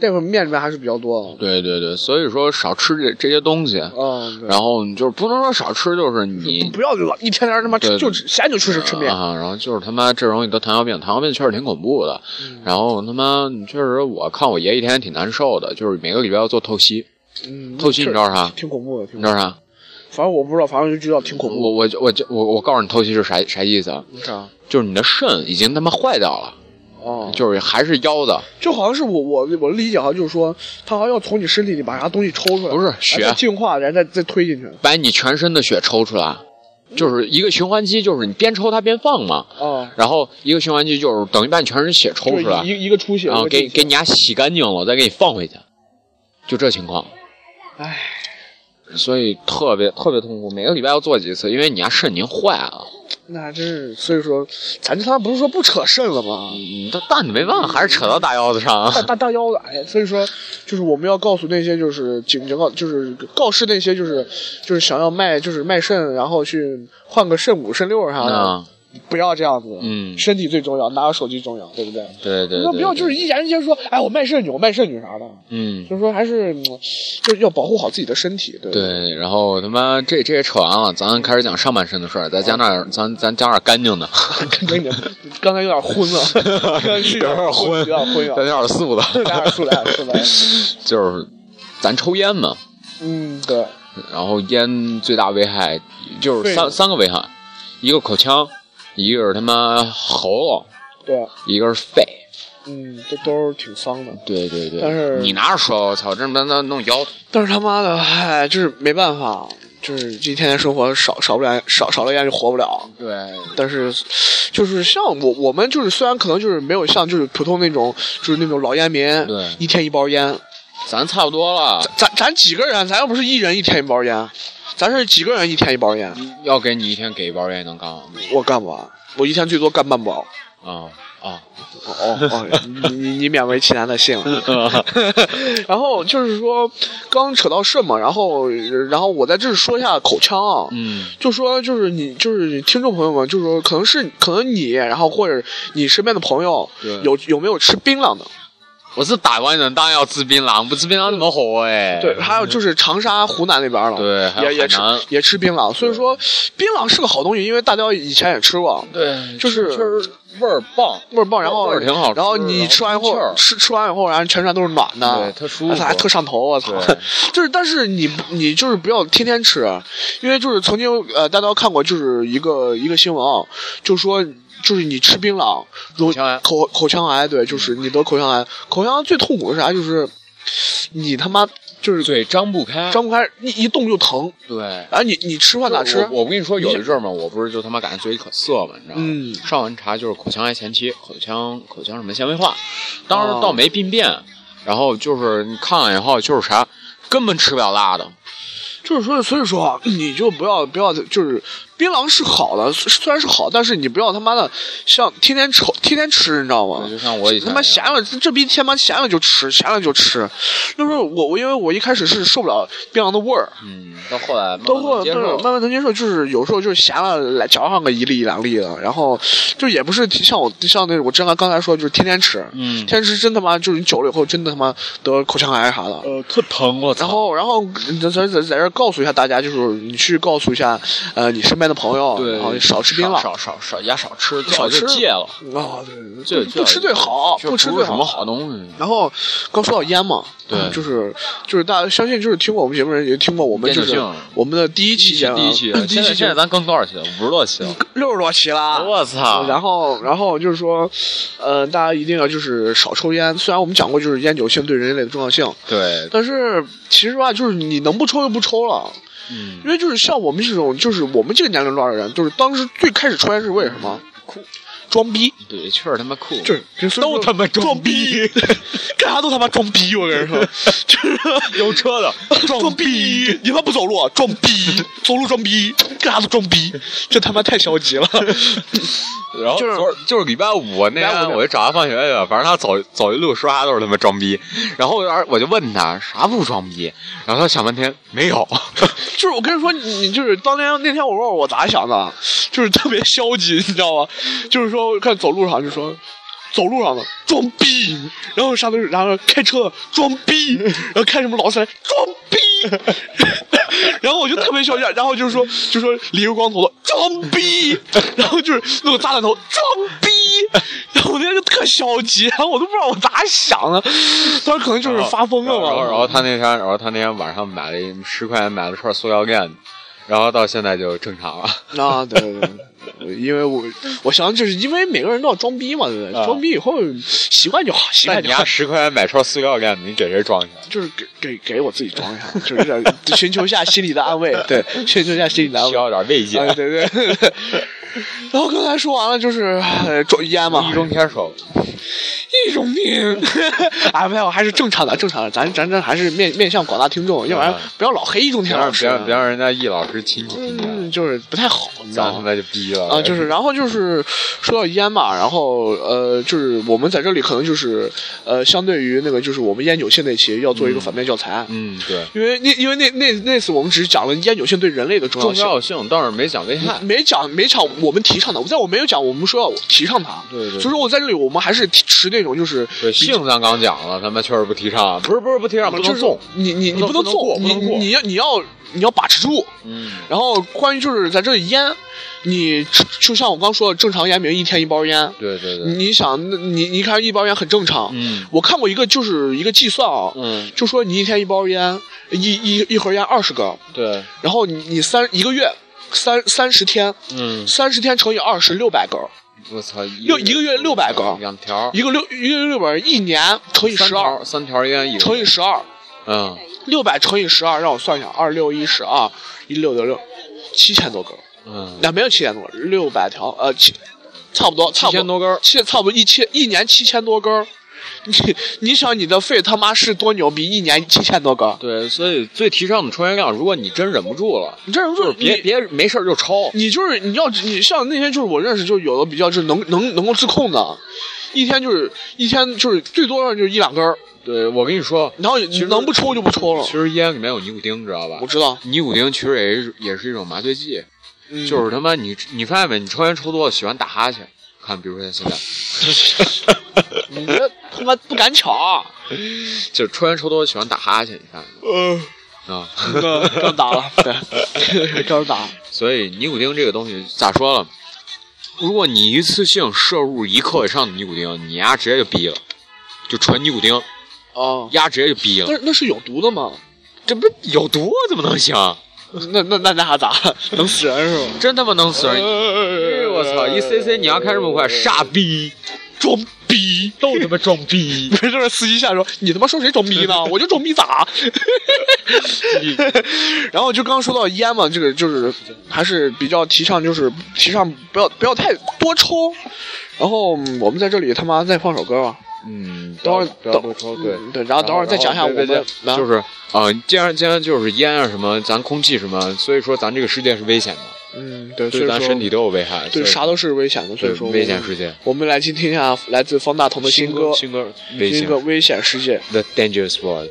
淀粉面里面还是比较多。啊对对对，所以说少吃这这些东西。嗯，对然后你就是不能说少吃，就是 你不要老一天天他妈吃对就吃闲就出去吃面，啊，然后就是他妈这容易得糖尿病，糖尿病确实挺恐怖的。嗯然后他妈确实，我看我爷一天挺难受的，就是每个礼拜要做透析，嗯，透析你知道啥这挺恐怖的，你挺知恐怖道的。啥？反正我不知道，反正就知道挺恐我怖。我我我我告诉你透析是啥啥意思啊？啥？就是你的肾已经他妈坏掉了，哦，就是还是腰的，就好像是我我我理解，好像就是说，他好像要从你身体里把啥东西抽出来，不是然后血再净化，然后再再推进去。把你全身的血抽出来，嗯就是一个循环机，就是你边抽它边放嘛。啊，然后一个循环机就是等于把你全身血抽就是出来，一一个出血，然一后个啊给进给去你俩洗干净了，再给你放回去，就这情况。唉，所以特别特别痛苦，每个礼拜要做几次，因为你家肾已经坏了。那真是，所以说，咱这他妈不是说不扯肾了吗？嗯但但你没办法，还是扯到大腰子上啊大。大大腰的，哎，所以说，就是我们要告诉那些就是警警告，就是告示那些就是就是想要卖就是卖肾，然后去换个肾五肾六啥的啊，，不要这样子，嗯身体最重要，哪有手机重要，对不对？对对那对，不要就对是一言一接说，哎，我卖肾女，我卖肾女啥的，嗯。就是说还是嗯就是要保护好自己的身体，对不对对，然后他妈这这也扯完了，咱开始讲上半身的事儿，再加那咱咱加点干净的，跟 你刚才有点昏了， 刚才是有点昏，有点昏，有再点加点素的，来点出来，出来， 就是咱抽烟嘛，嗯，对，然后烟最大危害就是对三三个危害，一个口腔，一个是他妈喉咙，对，一个是肺。嗯，这都是挺丧的。对对对，但是你拿着说，我操，这他妈弄腰疼。但是他妈的，哎，就是没办法，就是这一天天生活少少不了少少了烟就活不了。对，但是，就是像我我们就是虽然可能就是没有像就是普通那种就是那种老烟民，对一天一包烟，咱差不多了，咱咱几个人，咱又不是一人一天一包烟，咱是几个人一天一包烟，要给你一天给一包烟能干吗？我干不完，我一天最多干半包。啊 啊，哦 哦，你你你勉为其难的信了。然后就是说，刚扯到肾嘛，然后然后我在这儿说一下口腔啊，嗯就说就是你就是听众朋友们，就是说可能是可能你，然后或者你身边的朋友对有有没有吃槟榔的？我是打官人，当然要治槟榔，不治槟榔怎么活哎？对，还有就是长沙、湖南那边了，对还有也也海吃南也吃槟榔，所以说槟榔是个好东西，因为大雕以前也吃过，对，就是确实味儿棒，味儿棒，然后味儿挺好吃然后你然后吃完以气后儿吃吃完以后，然后全身都是暖的，对特舒服而且还特上头，啊我操对！就是但是你不你就是不要天天吃，啊因为就是曾经呃大家看过就是一个一个新闻啊，就说。就是你吃槟榔，容口腔癌口口腔癌，对，就是你得口腔癌。口腔癌最痛苦的是啥？就是你他妈就是嘴张不开。张不开，一一动就疼。对，然后你你吃饭咋吃？我我跟你说，有一阵儿嘛，我不是就他妈感觉嘴里可涩嘛，你知道吗？嗯上完查就是口腔癌前期，口腔口腔什么纤维化，当哦时倒没病变，然后就是你看了以后就是啥，根本吃不了辣的，就是说，所以说 啊，你就不要不要，就是槟榔是好的，虽虽然是好，但是你不要他妈的像天天抽，天天吃，你知道吗对？就像我以前他妈一闲样了，这逼他妈闲了就吃，闲了就吃。那时候我我因为我一开始是受不了槟榔的味儿，嗯，到后来慢到慢后能来接但是受，慢慢能接受，就是有时候就是闲了来嚼上个一粒两粒的，然后就也不是像我像那我真刚刚才说，就是天天吃，嗯天天吃真他妈就是你久了以后真的他妈得口腔癌啥的。呃，特疼我然后，然后咱咱咱在这儿告诉一下大家，就是你去告诉一下，呃，你身边的朋友，对，然后哦少吃槟榔，少少少也少吃，少吃就戒了，啊，对，这不吃最好，不吃最什么好东西。然后刚说到烟嘛，嗯对就是就是大家相信就是听过我们节目的人也听过我们烟就酒是性我们的第一期节目，啊第 一期，第现在一期现在节目咱更多少期了？五十多期了。六十多期啦，我操！嗯然后，然后就是说，呃，大家一定要就是少抽烟。虽然我们讲过就是烟酒性对人类的重要性，对，但是其实吧，就是你能不抽就不抽了。嗯，因为就是像我们这种，就是我们这个年龄段的人，就是当时最开始抽烟是为什么？酷，装逼，对，确实他妈酷。就是就是都他妈装装 逼，干啥都他妈装逼，我 跟你说，就是有车的， 装逼，你他妈不走路啊 装逼，走路装逼，干啥都装逼，这他妈太消极了。然后就是昨儿就是礼拜五那礼天，拜五那我就找他放学去了。反正他走走一路说啥都是他妈装逼，然后我我就问他啥不装逼，然后他想半天没有。 就是我跟你说，你你就是当天那天我问我咋想的，啊就是特别消极，你知道吗？就是说看走路上就说。走路上的装逼，然后啥都是，然后开车装逼，然后开什么劳斯莱斯装逼， 然后我就特别消极，然后就是说，就说理个光头的装逼，然后就是弄个炸弹头装逼，然后我那天就特消极，然后我都不知道我咋想的，当时可能就是发疯了然后，然吧。后他那天，然后他那天晚上买了一十块钱买了串塑料链，然后到现在就正常了。 啊，对对对，因为我我想就是因为每个人都要装逼嘛，对不对？啊装逼以后习惯就好，习那惯你就好拿。十块钱买串塑料链，你给谁装去？就是给给给我自己装一下，就是有点寻求一下心理的 安慰，对，寻求一下心理的安需慰。要点慰藉。啊，对对对。对 然后刚才说完了，就是呃装烟嘛，易中天说一种 命。哎，没有，还是正常的，正常的，咱咱这还是面面向广大听众，要不啊然不要老黑一中：“别天让老别师让，别让人家易老师听你听见，啊嗯，就是不太好，你知咱道他吗？妈就逼了。”啊，就是，然后就是说到烟嘛，然后呃，就是我们在这里可能就是呃，相对于那个就是我们烟酒性那期要做一个反面教材，嗯，对，因为那因为那那那次我们只是讲了烟酒性对人类的重要重性，要性倒是没讲危害。没讲没讲我们提倡它，在我没有讲我们说要提倡它，对对对所以说我在这里我们还是提持那种就是对性咱刚讲了，他们确实不提倡，不是不是不提倡，不就能是纵。你你你不能能不能过纵，不你能过你要你要你要把持住，嗯，然后关于就是在这里烟，你就像我刚说的，正常烟民一天一包烟，对对对，你想，那你你看一包烟很正常。嗯我看过一个就是一个计算啊，嗯，就说你一天一包烟，一一一盒烟二十个，对，然后你你三一个月。三三十天，嗯，三十天乘以二十，六百根儿，我操，六一个月600个两条，一个六一个六百根儿，一年乘以三十二条，三条烟一个，乘以十二，嗯，六百乘以十二，让我算一下，二六一十二，一六得六，七千多根儿，嗯，那没有七千多根儿，六百条，呃，七，差不多，差不千多根儿七差不多一千一年七千多根儿，你你想你的肺他妈是多牛逼，一年七千多根儿，对，所以最提倡的抽烟量，如果你真忍不住了，你这人就是别你别没事儿就抽，你就是你要你像那些就是我认识就有的比较就是能能能够自控的，一天就是一天就是最多就是一两根儿，对我跟你说，然后实能不抽就不抽了其。实烟里面有尼古丁，知道吧我？知道，尼古丁其实也是也是一种麻醉剂，嗯就是他妈你你发现没？你抽烟抽多了喜欢打哈欠，看比如说像现在，你这他妈不敢抢啊，就是抽烟抽多了喜欢打哈欠，你看呃，啊，刚打了，对，刚打，所以尼古丁这个东西咋说了？如果你一次性摄入一克以上的尼古丁，你丫直接就毙了，就纯尼古丁，哦，丫直接就毙了那。那是有毒的吗？这不是有毒啊怎么能行？那那那那还咋？能死人是吧？真他妈能死人！哎呦我操！一 cc 你要开这么快，傻逼，装逼，都他妈装逼！没事儿，司机下来说：“你他妈说谁装逼呢？我就装逼咋？” 然后就刚刚说到烟嘛，这个就是还是比较提倡，就是提倡不要不要太多抽。然后嗯我们在这里他妈再放首歌吧，嗯，等会儿不要多抽， 对。嗯对，然后等会儿再讲一下我对们对啊就是啊，呃既然既然就是烟啊什么，咱空气什么，所以说咱这个世界是危险的，嗯对，所以对说咱身体都有危害，对啥都是危险的，所对以说危险世界。我们来去听一下来自方大同的新歌，新歌危新险歌《危险世界》。 The Dangerous World。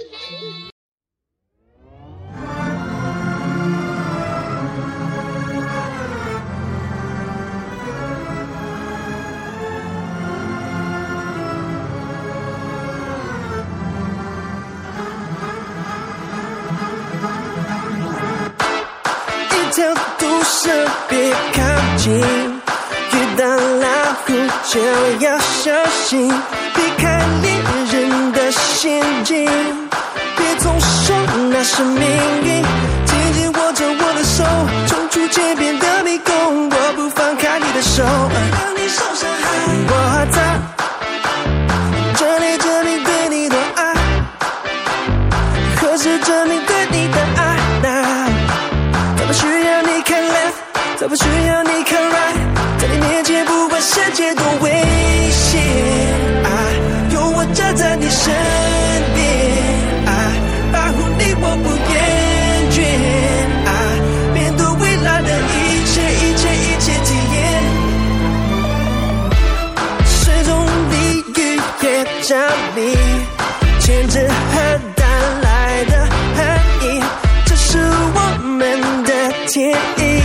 一条毒蛇别靠近，遇到老虎就要小心，避开猎人的陷阱，别总说那是命运，紧紧握着我的手，冲出街边的迷宫，我不放开你的手，让你受伤害，我在这里，这里对你的爱，可是这里对你的爱。他们需要你看 left，他们需要你看 right，在你面前不管世界多危险，啊，有我站在你身边，啊，保护你我不厌倦，啊，面对未来的一切一切一切体验。上你牵着和带来的含义，这是我们的天意。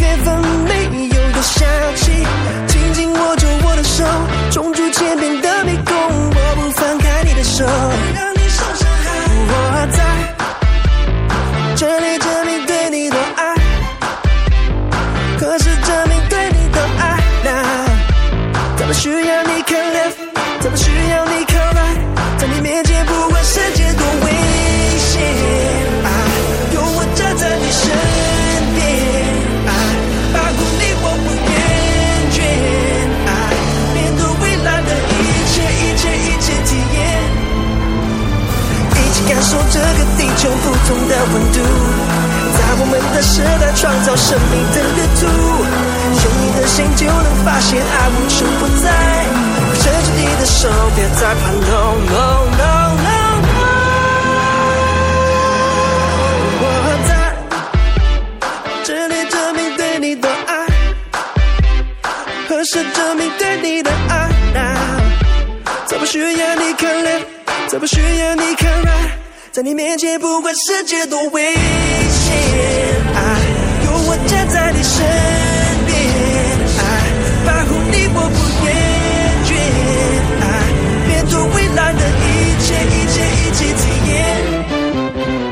缘分没有个消息，紧紧握住我的手，冲出千遍的迷宫，我不放开你的手，让你受伤害。我在这里证明对你的爱，可是证明对你的爱那。他们需要你靠 left，他们需要你靠 right，在你面前不管世界多危险，啊，有我站在你身边，啊，保护你我不厌倦，啊，面对未来的一切一切一切体验，一起感受这个地球不同的温度，在我们的时代创造生命的热度，用你的心就能发现爱无处不在，伸出你的手，别再怕，no no no no no，我在这里证明对你的爱，何时证明对你的爱啊怎么需要你看 left，怎么需要你看 right，在你面前不管世界多危险，啊，有我站在你身边，啊，保护你我不厌倦，啊，面对未来的一切一切一切体验。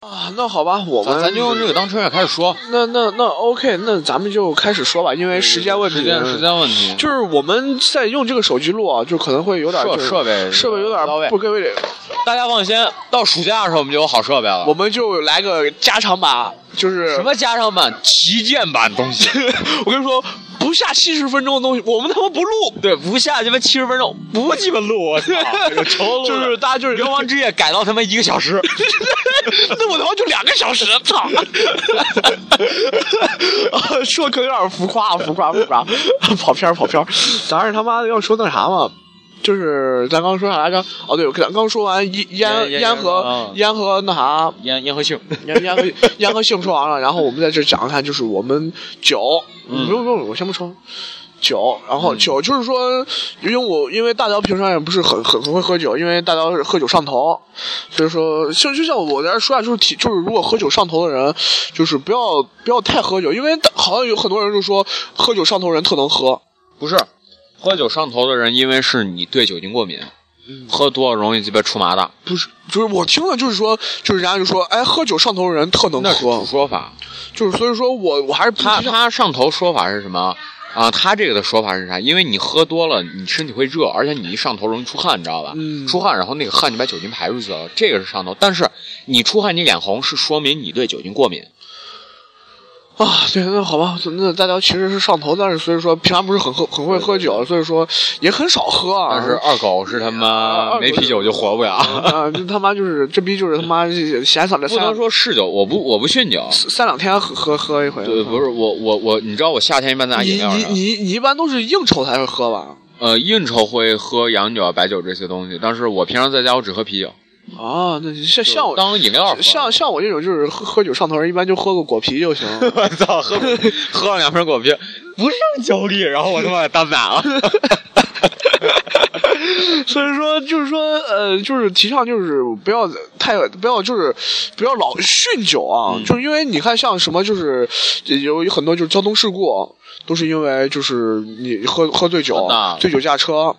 啊，那好吧，我们咱咱就用这个当车也开始说，那那那 OK，那咱们就开始说吧，因为时间问题，嗯时间时间问题，就是我们在用这个手机录啊，就可能会有点设就是设备设备有点到位不各位，大家放心，到暑假的时候我们就有好设备了。我们就来个加长版，就是什么加上版、旗舰版东 西，我跟你说，不下七十分钟的东西，我们他妈不录，对，不下鸡巴七十分钟，不鸡巴录，我操，有仇录了就是大家就是流氓之夜改到他妈一个小 时，那我他妈就两个小时，操！啊 说可有点浮夸，啊，浮夸，浮夸，跑偏儿跑偏儿。咱是他妈的要说那啥嘛，就是咱刚说啥来着？哦，对，我咱刚说完烟烟烟烟烟和嗯烟和那啥，烟烟和性，烟烟和烟和性说完了，然后我们在这讲一下，就是我们酒，不用不用，我先不说。酒，然后酒就是说，因为我因为大雕平常也不是很很很会喝酒，因为大雕是喝酒上头，所以说就就像我在这说啊，就是体就是如果喝酒上头的人，就是不要不要太喝酒，因为好像有很多人就说喝酒上头人特能喝，不是，喝酒上头的人，因为是你对酒精过敏，喝多了容易鸡巴出麻的，不是就是我听了就是说就是人家就说哎喝酒上头的人特能那是喝主，说法。就是所以说我我还是不他倾向他上头说法是什么？啊，他这个的说法是啥？因为你喝多了，你身体会热，而且你一上头容易出汗，你知道吧？嗯出汗，然后那个汗就把酒精排出去了，这个是上头。但是你出汗，你脸红是说明你对酒精过敏。啊，对，那好吧，那大雕其实是上头，但是所以说平常不是很喝很会喝酒，所以说也很少喝啊。但是二狗是他妈二狗没啤酒就活不了，啊，这他妈就是这逼就是他妈闲嗓子， 不三能说是酒，我不我不酗酒。三两天喝喝喝一回。嗯对，不是我我我，你知道我夏天一般拿饮你料啊你的，你你一般都是应酬才会喝吧？呃，应酬会喝洋酒啊、白酒这些东西，但是我平常在家我只喝啤酒，啊，那像像我当饮料喝。像像我这种就是喝喝酒上头人，一般就喝个果啤 就行。我操，喝喝了两瓶果啤，不胜酒力，然后我他妈单买 了。 所以说，就是说，呃，就是提倡，就是不要太不要，就是不要老酗酒啊，嗯就是因为你看，像什么，就是有有很多就是交通事故，都是因为就是你喝喝醉酒真的，醉酒驾车，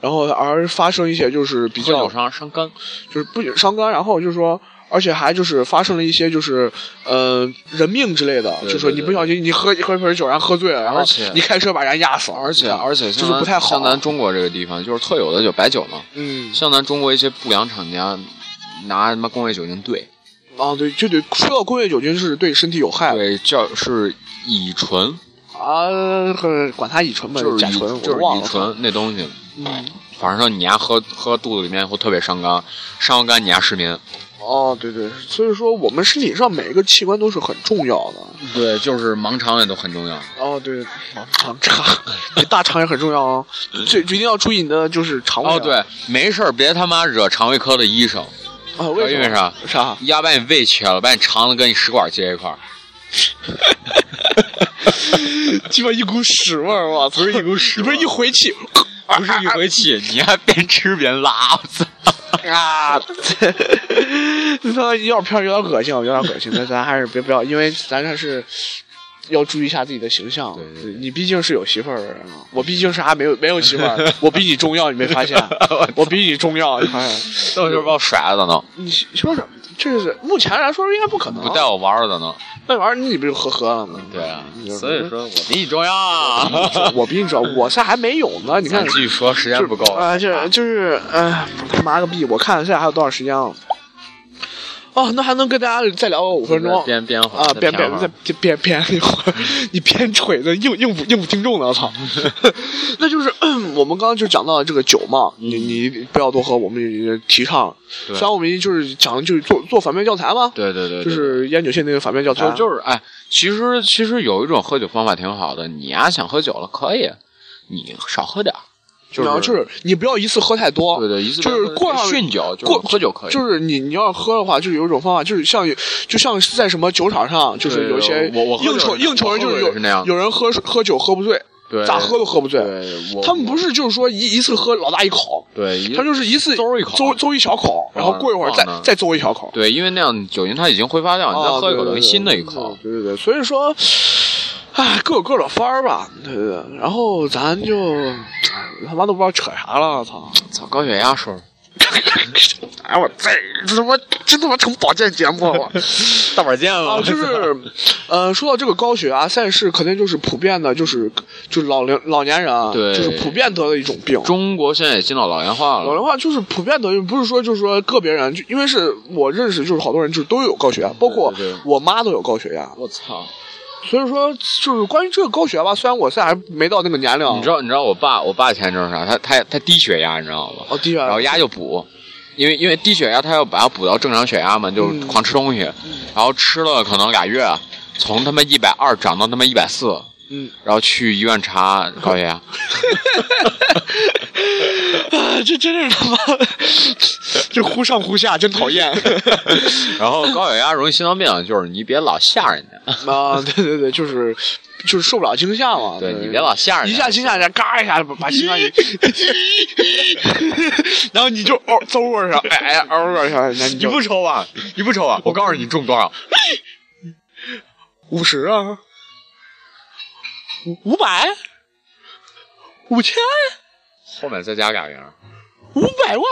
然后而发生一些就是比喝较酒伤伤肝，就是不仅伤肝，然后就是说。而且还就是发生了一些就是，呃，人命之类的，对就说你对不小心你喝你喝一瓶酒，然后喝醉了，然后而且你开车把人家压死，而且啊而且就是不太好啊像咱中国这个地方，就是特有的酒，白酒嘛，嗯，像咱中国一些不良厂家拿他妈工业酒精兑，啊，对，就得说到工业酒精是对身体有害的对，叫是乙醇，啊，呵管它乙醇吧，就是甲乙醇，我就都是忘乙了。啊醇那东西。反正你丫喝喝肚子里面会特别伤肝，伤完肝你丫失眠。哦，对对，所以说我们身体上每一个器官都是很重要的。对，就是盲肠也都很重要。哦，对，盲肠差，你大肠也很重 要哦，最最一定要注意你的就是肠胃啊。哦，对，没事儿别他妈惹肠胃科的医生，啊，为因为啥？啥？啥？ 丫把你胃切了，把你肠子跟你食管接一块儿，鸡巴一股屎味儿，我操！不是一股屎，不是一回气，不是一回气，你还边吃边拉，我操！ 啊！你他妈药片儿有点恶心，有点恶心。那咱还是别不要，因为咱还是要注意一下自己的形象。对对对嗯你毕竟是有媳妇儿的人了，我毕竟是还没有没有媳妇儿，我比你中药，你 没发现？我比你中药，你发现？到时候把我甩了的呢，你说什么？这是目前来说应该不可能。不带我玩儿的呢。那玩意儿你不就呵 呵了吗？对啊你就，所以说我比你重要啊。我比你知道，我这还没有呢。 你咱看继，续说，时间不够啊、就是就是，哎、他妈个逼！我看现在还有多少时间了？哦，那还能跟大家再聊个五分钟。边边会儿啊，再边片边会儿再再边边一会儿， 你边吹的应应付应付听众呢，我操！那就是 我们刚刚就讲到这个酒嘛，你你不要多喝，我们也提倡。嗯对虽然我们就是讲就是做做反面教材嘛，对对对，就对是啊烟酒性那个反面教材就，就是哎，其实其实有一种喝酒方法挺好的，你呀想喝酒了可以，你少喝点儿，就然后是啊就是你不要一次喝太多，对对，一次就是过上酗酒，就是过喝酒可以，就是你你要喝的话，就是有一种方法，就是像就像是在什么酒场上，就是有一些对我我喝应酒酬也是应酬人就我喝酒有也是那样有人喝喝酒喝不醉，对咋喝都喝不醉。对我他们不是就是说一一次喝老大一口，对，一他就是一次嘬一口嘬嘬一小口，然后过一会儿往再那儿再嘬一小口。对，因为那样酒精它已经挥发掉，你再啊喝一口对等于对新的对一口。对对对，所以说，唉，各有各的法儿吧，对对对。然后咱就唉他妈都不知道扯啥了，操！操，高血压说， 哎，我这这他妈真他妈成保健节目了， 我。大板腱啊，就是，呃，说到这个高血压、赛事，肯定就是普遍的，就是就是老龄老年人啊，对就是普遍得的一种病。中国现在也进到老龄化老了，龄化就是普遍得，不是说就是说个别人，就因为是我认识，就是好多人就是都有高血压，包括对对对我妈都有高血压，我操！所以说就是关于这个高血压吧，虽然我现在还没到那个年龄啊，你知道你知道我爸我爸前阵是啥？他他他低血压，你知道吗？哦，低血压，然后压就补，因为因为低血压他要把它补到正常血压嘛，就嗯狂吃东西，然后吃了可能俩月，从他妈一百二涨到他妈一百四，嗯，然后去医院查高 血压。啊，这真是他妈，这忽上忽下，真讨厌。然后高血压容易心脏病，就是你别老吓人家， 啊，对对对，就是就是受不了惊吓嘛。对你别老吓人一家下惊吓一下，嘎一下把把心 脏一，然后你就嗷嗖过上，哎哎嗷过上，那你你就不抽啊？你不抽啊？我告诉你，你中多少？五十啊，五五百，五千，后面再加俩零。五百万。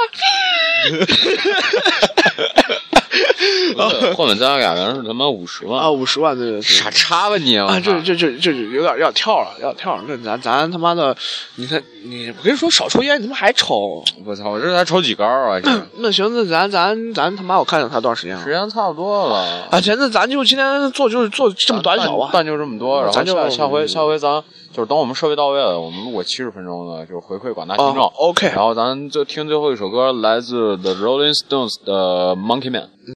对后面再加俩零是他妈五十万啊，！五十万，对对对，傻叉吧你！啊，我这操这这这有点有点跳了，有点跳了。这咱咱他妈的，你看你，我跟你说，少抽烟，你他妈还抽。我操！我这才抽几杆儿啊？这那行，那咱咱咱他妈，我看看他多长时间了时。间差不多了。啊，行，那咱就今天做就是做这么短小啊吧。啊但就这么多。然后咱就下下回下回咱就是等我们设备到位了，我们录个七十分钟的，就是回馈广大听众。啊，OK 然后咱就听最后一首歌，来自 The Rolling Stones 的《Monkey Man》。Oh,